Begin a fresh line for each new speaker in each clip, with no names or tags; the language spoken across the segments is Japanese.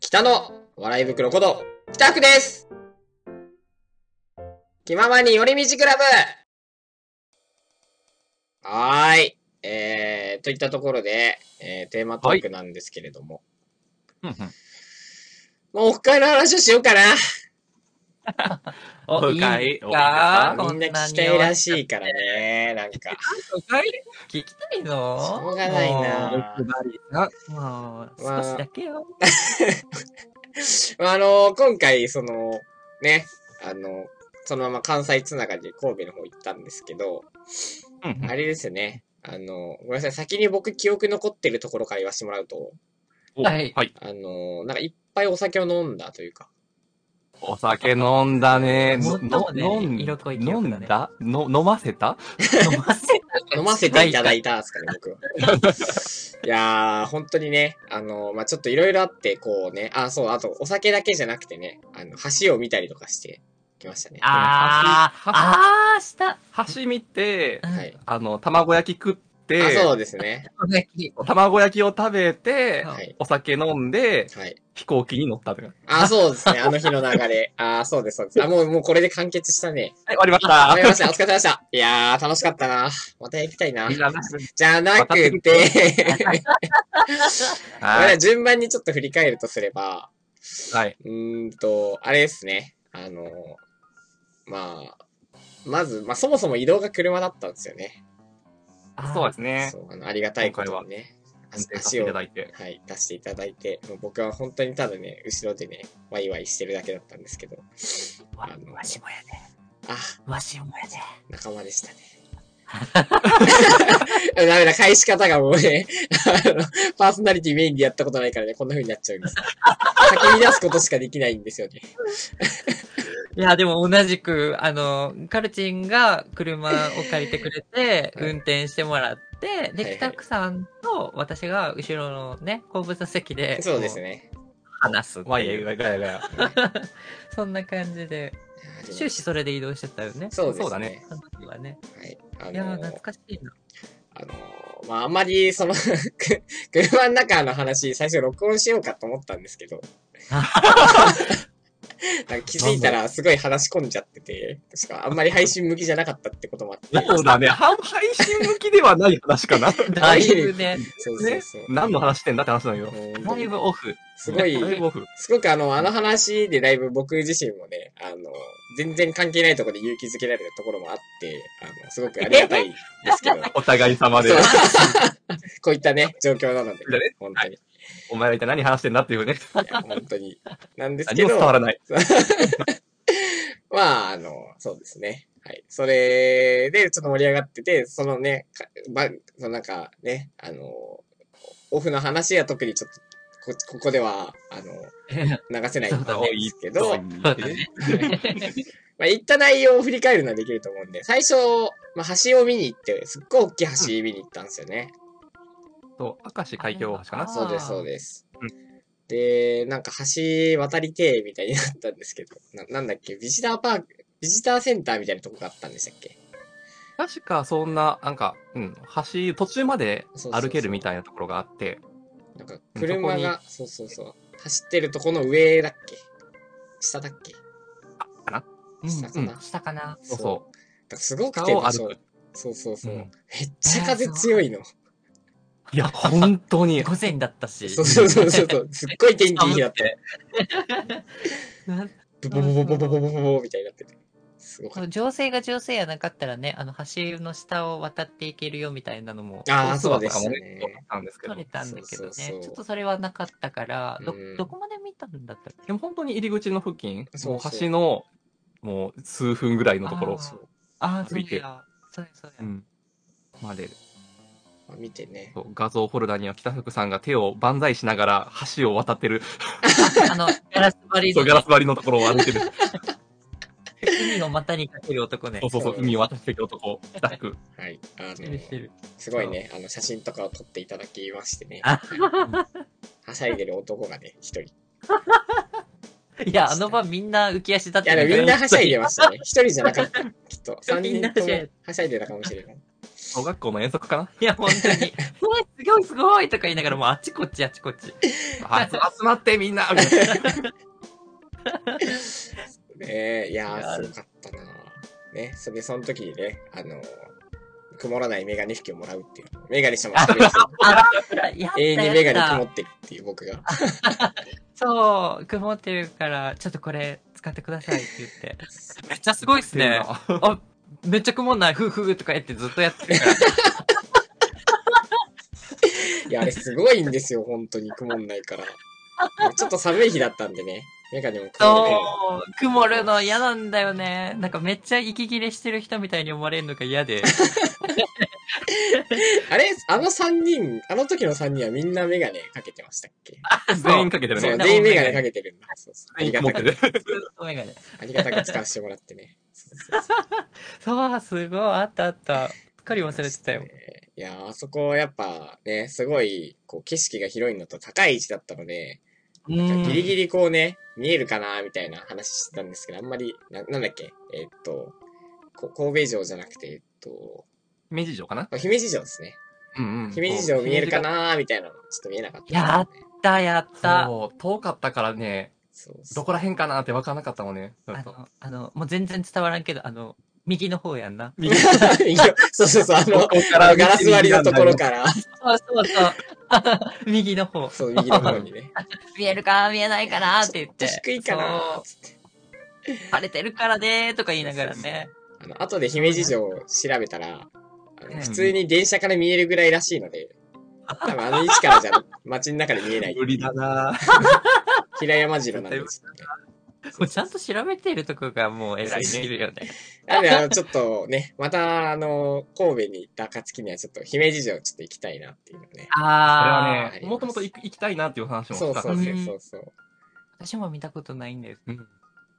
北の笑い袋こと、北区です気ままに寄り道クラブはーい。えー、といったところで、えー、テーマトークなんですけれども。
うんうん
もうオフ会の話をしようかな。
オフ会
いいか
みんな聞きたいらしいからね、なんか。
オフ会聞きたいぞ。
しょうがないな
もうもう
まあ
少しだけよ。
まあ、あの、今回、その、ね、あの、そのまま関西つながりで神戸の方行ったんですけど、
うん
あれですね。あの、ごめんなさい。先に僕記憶残ってるところから言わせてもらうと、
お
はい
はい。
あの、なんかいっぱいお酒を飲んだというか。
お酒飲んだね。
飲んだ
の
もんね
飲ん
色濃い記
飲
憶だ
ん
ね
だの飲ませた
飲ませ
飲ませていただいたんですかね、僕は。 いやー、本当にね、あの、まあ、ちょっといろいろあって、こうね、あ、そう、あと、お酒だけじゃなくてね、あの、橋を見たりとかしてきましたね。は
あ ー、あー、した。
橋見て、
い。
あの、卵焼き食っ
あ、
て、
そうですね。
卵焼きを食べて
は、
はい。
お酒飲んで、
はい。
飛行機に乗ったとか。はい、
あ、そうですね。あの日の流れ。あ、そうです、そうです。あ、もう、もうこれで完結したね。
終わりまし
わかり
た。
ました。お疲れ様でした。いやー、楽しかったな。また行きたいな。
いらなく
じゃなく て、
はい。
順番にちょっと振り返るとすれば、
はい。
うーんと、あれですね。あの、まあ、まず、まあそもそも移動が車だったんですよね。
そう
あ
ですね
そ。うあのありがたいことにね。
運転させ
足
てい
を
ただいて。
はい、出していただいて、もう僕は本当にただね、後ろでね、ワイワイしてるだけだったんですけど、
ーわわしもやで。
あ、
わしもやで。
仲間でしたね。 ダメだ、返し方がもうね、あの、パーソナリティメインでやったことないからね、こんな風になっちゃうん です。先に出すことしかできないんですよね。
いや、でも同じく、あの、カルチンが車を借りてくれ て、
はい
運転してもらって、
はいは
で、
い
北区さんと私が後ろのね、後部座席で、
そうです。ね。
話すって
わいや
い。
いうやいやいや。
そんな感じで、終始それで移動してたよね。
そうで
そ
す
うだ
ね
ね。
あの時はね。
はい。あ
いやー、
の
懐かしいな。
あのーまあ、あんまり、その、 車の中の話、最初録音しようかと思ったんですけ ど、なんか気づいたらすごい話し込んじゃってて、確かあんまり配信向きじゃなかったってこと もあって、
そうだね。半配信向きではない話かな。
だいぶね、
そうそうそう。
何の話してんだって話なんよ。
もう本当
だい
に
ぶオフ。
すごい、
だいぶオフ。
すごくあの、あの話でだいぶ僕自身もね、あの、全然関係ないところで勇気づけられたところもあって、あの、すごくありがたいんです けど、
お互い様で
そう。 こういったね、状況なので
だね、
本当に。い
お前ら一体何話してんだっていうね。
や 本当に。なんです
何
け
も
ど
伝、わらない。
まあ、あの、そうですね。はい。それで、ちょっと盛り上がってて、そのね、かば、そのなんかね、あの、オフの話は特にちょっと、こ、ここでは、あの、流せないんですけ ど、
そうだね
まあ、言った内容を振り返るのはできると思うんで、最初、まあ、橋を見に行って、すっごい大きい橋見に行ったんですよね。
そう、明石海峡大橋か
あ
な。
そうです、そうです
うん。
で、なんか橋渡りてえみたいになったんですけど、ななんだっけ、ビジターパーク、ビジターセンターみたいなとこがあったんでしたっけ
確かそんな、なんか、うん、橋、途中まで
そうそうそう
歩けるみたいなところがあって、
なんか
うん
車が、そうそうそう、走ってるとこの上だっけ下だっけ下かな、
う
したかな。
そう
だか
そ
らすご
う。
く
下
て
を
そ
歩
う
く。
そうそうそう、
うん
めっちゃ風強いの。
いや、本当に。
午前だったし。
そうそうそうそうそう。すっごい天気いい日だった。
な
ブボボボボボボボボボみたいになってて。すごか
こ
っ
の情勢が情勢やなかったらね、あの、橋の下を渡っていけるよみたいなのも
た。ああー、そうで
か
す
も
ね。
なんですけど
取れ。たんだけど
そ
ね、
うそうそう
ちょっとそれはなかったから、ど
うん、
どこまで見たんだったっけ
でも本当に入り口の付近、
そう
もう
そう
橋の、もう数分ぐらいのとこ
あ
ろ
ー
あ
そうや。そうや、そう
う
や。
ん、まで、
まあ見てね。
そう画像フォルダには北福さんが手を万歳しながら橋を渡ってる、
あの、ガラス張り
そう
の
ガラス張りのところを歩いてる。
海を股にかける男ね
そう。そうそう、海を渡って る男、北福。
はい。あ
してるして
の、
る
すごいね、あの、写真とかを撮っていただきましてね。
あ
はしゃいでる男がね、 一人。い
いや、あの場みんな浮き足立って
や、でもみんなはしゃいで
ま
ましたね。一人じゃなかった。きっと。
や
三人
みんなは
と
しゃい
もはしゃいでたかもしれない。
小学校の遠 足かない
や、本当に。 すごい、すごい、すごいとか言いながら、もうあっちこっち、あっちこっち。
あ集 集まって みんなみたいな
ねえ、いやー、
いや
す
ー
ごかったなね、それでその時にね、あのー、曇らないメガネ拭きをもらうっていう。メガネしてもらってもいい ですよ。
やった
永遠に
や
メガ
っ
ネ
た
曇ってるっていう僕が。
そう、曇ってるから、ちょっとこれ使ってくださいって言って。めっちゃすごいっすね。あ、めっちゃ曇んない、ふうふうとか言ってずっとやってるから。
いや、あれすごいんですよ、本当に曇んないから。ちょっと寒い日だったんでね、メガネも曇 るね。
そう、曇るの嫌なんだよね。なんかめっちゃ息切れしてる人みたいに思われるのが嫌で。
あれあの3人、あの時の3人はみんなメガネかけてましたっけ
全員かけてる
そう、
ね。
全員メガネかけてるんだ。そうそうあ
全
り
員
が
曇ったて
く、
る。
メガネ。
ありがたく使わせてもらってね。そうそうそう
そう、すごい、あったあった。すっかり忘れてたよ。
いやー、あそこはやっぱね、すごい、こう、景色が広いのと高い位置だったので、
う
ギリ
ん。
ギリこうね、見えるかなみたいな話してたんですけど、あんまり、な、なんだっけ、えーっと、こ神戸城じゃなくて、えーっと、
姫路城かな
姫路城ですね。
うんうん。
姫路城見えるかなみたいなの、ちょっと見えなかった、
やっだ、やった。
そう、遠かったからね、
そう
どこら辺かなって分からなかったもんね。ちょ
あ
っと
の、あの、もう全然伝わらんけど、あの、右の方やんな。
右そう そうそう、あの、ガラス割りのところから、
そうそうそう。 右の方。
そう、右 の方にね。
見えるか見えないかなって言って。
ちょっと低いかな
そ
つって。
う晴れてるからねーとか言いながらね。
あの、後で姫路城を調べたら、あの
うん
普通に電車から見えるぐらいらしいので、多分あの位置からじゃ街の中で見えない。
無理だなぁ
平山城なんです、ね。
もうちゃんと調べているとこがもう偉いすぎるよね。
なんで、あの、ちょっとね、また、あの、神戸に行った暁にはちょっと姫路城ちょっと行きたいなっていうのね。
それ
あ
は
あ
ね、
ー
もともと行く行きたいなっていう話も
そ
し
う
た
そう
か
そ
ら
う
ね。
そうそう。
私も見たことないんです。
うん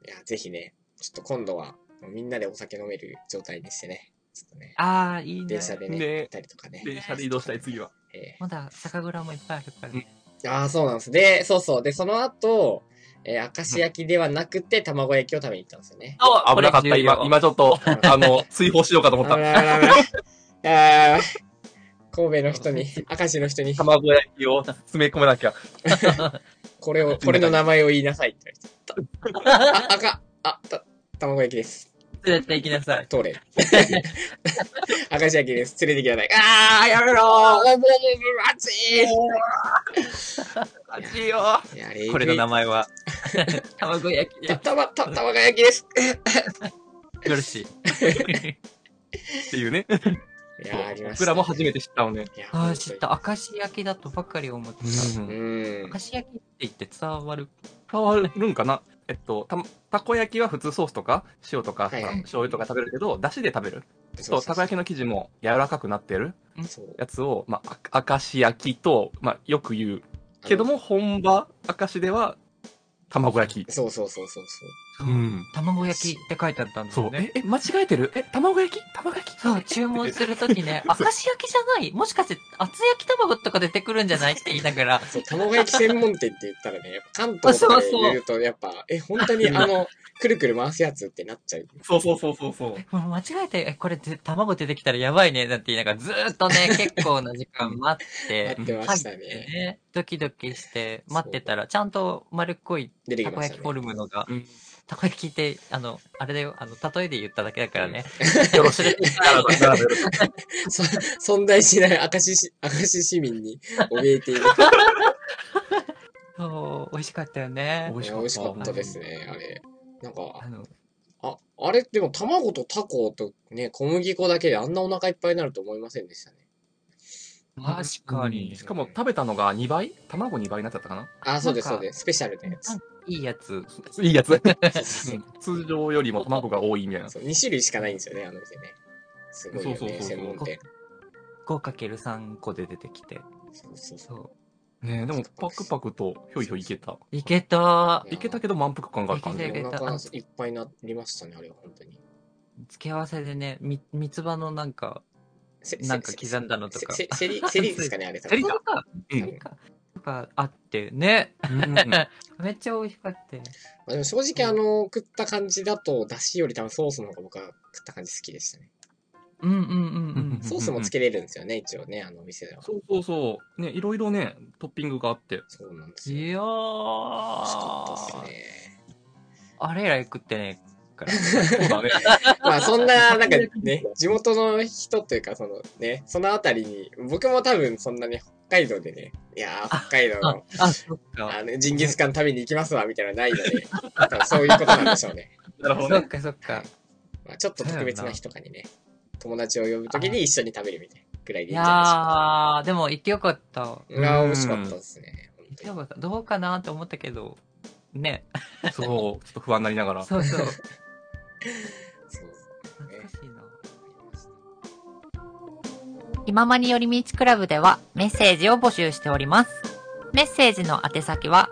いや、ぜひね、ちょっと今度は、みんなでお酒飲める状態にしてね、ちょっとね、
ああ、いいね
電。車でね、
ね
行ったりとかね。
電車で移動したい、次は。
え
まだ酒蔵もいっぱいあるからね。
ーああ、そうなんです。で、そうそう。で、その後、えー、明石焼きではなくて、卵焼きを食べに行ったんですよね。
お
危なかった、今、。
これ重要
今ちょ っと、あの、追放しようかと思っ
あ
た。
らららら。あー 神戸の人に、明石の人に、
卵焼きを詰め込めなきゃ。
これを、これの名前を言いなさいって言われて。たあ、赤、あ、た、卵焼きです。
絶対行きなさい。
通れ。 明石焼きです。連れてきなさい。あー、やめろーおぼぼぼ熱
熱いよ
いいや、あれ、
これの名前は、
卵焼き
た、
で
たま、た、卵焼きです。
よろしい。
っていうね。
いやー、ありました、
僕らも初めて知ったのね。
いや
ああ、知っ。
本
た。明石焼きだとばっかり思ってた。
当にう
明
ん。
石焼きって言って伝わる。
変わるんかなえっと、た、たこ焼きは普通ソースとか、塩とか、
はいはい
醤油とか食べるけど、だしで食べる。そう、たこ焼きの生地も柔らかくなってる
き。そう。
やつを、まああ、明石焼きと、まあ、よく言う。けども、本場、明石では、卵焼き。
そうそうそうそうそう。
うん。
卵焼きって書いてあったんです
そ
よ
う。
ね。
え、え、間違えてるえ、卵焼き卵焼き
そう、注文するときね、明石焼きじゃないもしかして、厚焼き卵とか出てくるんじゃないって言いながら、
そう、卵焼き専門店って言ったらね、やっぱ関東とかで言うと、やっぱ、え、本当に あの、くるくる回すやつってなっちゃう。
そうそうそうそうそう。
もう間違えて、えこれぜ、卵出てきたらやばいね、なんて言いながら、ずーっとね、結構な時間待って、
待ってましたね
入ってねドキドキして、待ってたら、ちゃんと丸っこい
出て
た
き
こ
ました
焼き
ね。
フォルムのが、
うん
たこ焼きって、あの、あれだよ、あの、例えで言っただけだからね。
よろしい。
そ存在しない明石市、明石市民に怯えている。
そう、美味しかったよね
美。味し
いや
かった
美味しかったですね、あれ。なん
あ
か、
の、
あ、あれ、でも卵とタコとね、小麦粉だけであんなお腹いっぱいになると思いませんでしたね。
確かに
し。かも食べたのが2倍卵2倍になっちゃったかな
あ、そうです、
な
そ
んか
うです。スペシャルなやつ。
いいやつ。
いいやつ。
そう
通常よりも卵が多いみたいな。
そう2種類しかないんですよね、あの店ね。すごいよ
そうそう
ね、
そう
専門店。
5×3 個で出てきて。
そうそうそう。
そう。
ねえ、でもパクパクとひょいひょいいけた。
いけた。
いけたけど満腹感がある感じ
いけ。たいけ
お
た
腹いっぱいになりましたね、あれは本当に。
付け合わせでね、み、三つ葉のなんか、
せ
なんか
せ
刻んだのとか。
せせセリ、セリですかね、あれ多
セリ
分。
か
か。
う
セリか。とかあってね。
うんうんうん
めっちゃ美味しかったよ。
まあ、でも正直あの、食った感じだと、だしより多分ソースの方が僕は食った感じ好きでしたね。
うんうんうん
ソースもつけれるんですよね、一応ね、あのお店では。
そうそうそう。ね、いろいろね、トッピングがあって。
そうなんです
うん。
よ。
いや
美味しかった
ー
っす。ね。
あれ以来食ってねえから。
そうだね。
まあそんな、なんかね、地元の人というか、そのね、そのあたりに、僕も多分そんなね、北海道でね、いやー、北海道
あ
の、、
あ、そっか。
あの、ジンギスカン食べに行きますわ、みたいなのないので、多分そういうことなんでしょうね。
なるほ
そ
ど
っ
ね。
かそっか。
まあ、ちょっと特別な日とかにね、友達を呼ぶときに一緒に食べるみたいなぐらいで
い
いいんじゃ
やー、でも行ってよかった。行
ないですか。いやー、美味しかったですね。本
って
当に
よかった。どうかなって思ったけど、ね。
そう、ちょっと不安になりなが ら。
そうそう。
そう
懐かしいな。
今まに寄り道クラブではメッセージを募集しております。メッセージの宛先は、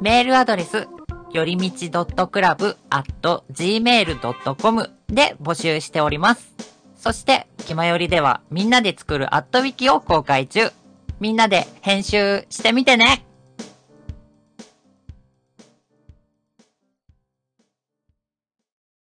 メールアドレス、よりみち .club.gmail.com で募集しております。そして、気まよりではみんなで作るアットウィキを公開中。みんなで編集してみてね